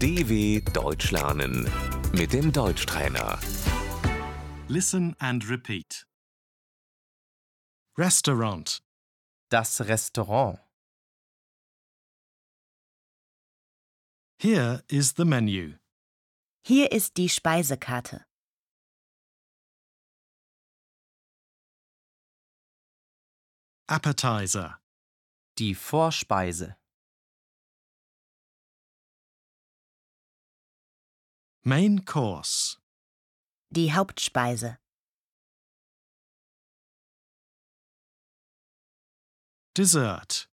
DW Deutsch lernen mit dem Deutschtrainer. Listen and repeat. Restaurant. Das Restaurant. Here is the menu. Hier ist die Speisekarte. Appetizer. Die Vorspeise. Main course. Die Hauptspeise. Dessert.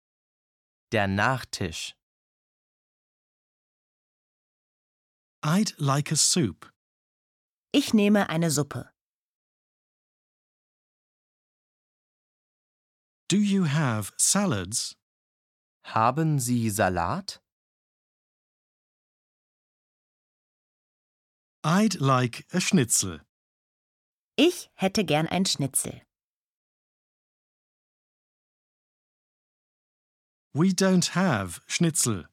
Der Nachtisch. I'd like a soup. Ich nehme eine Suppe. Do you have salads? Haben Sie Salat? I'd like a schnitzel. Ich hätte gern ein Schnitzel. We don't have schnitzel.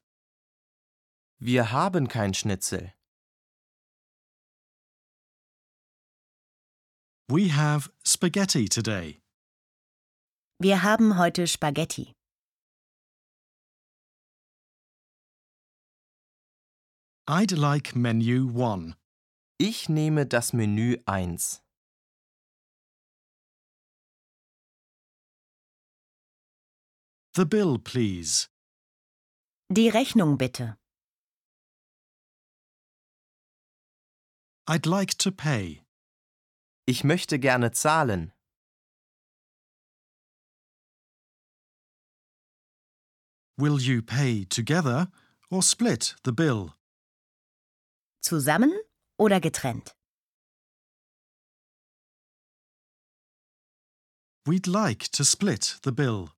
Wir haben kein Schnitzel. We have spaghetti today. Wir haben heute Spaghetti. I'd like menu 1. Ich nehme das Menü 1. The bill, please. Die Rechnung bitte. I'd like to pay. Ich möchte gerne zahlen. Will you pay together or split the bill? Zusammen oder getrennt? We'd like to split the bill.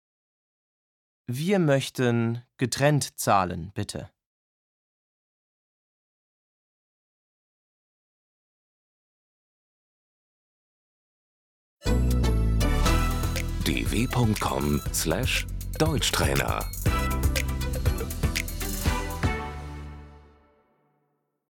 Wir möchten getrennt zahlen, bitte. dw.com/deutschtrainer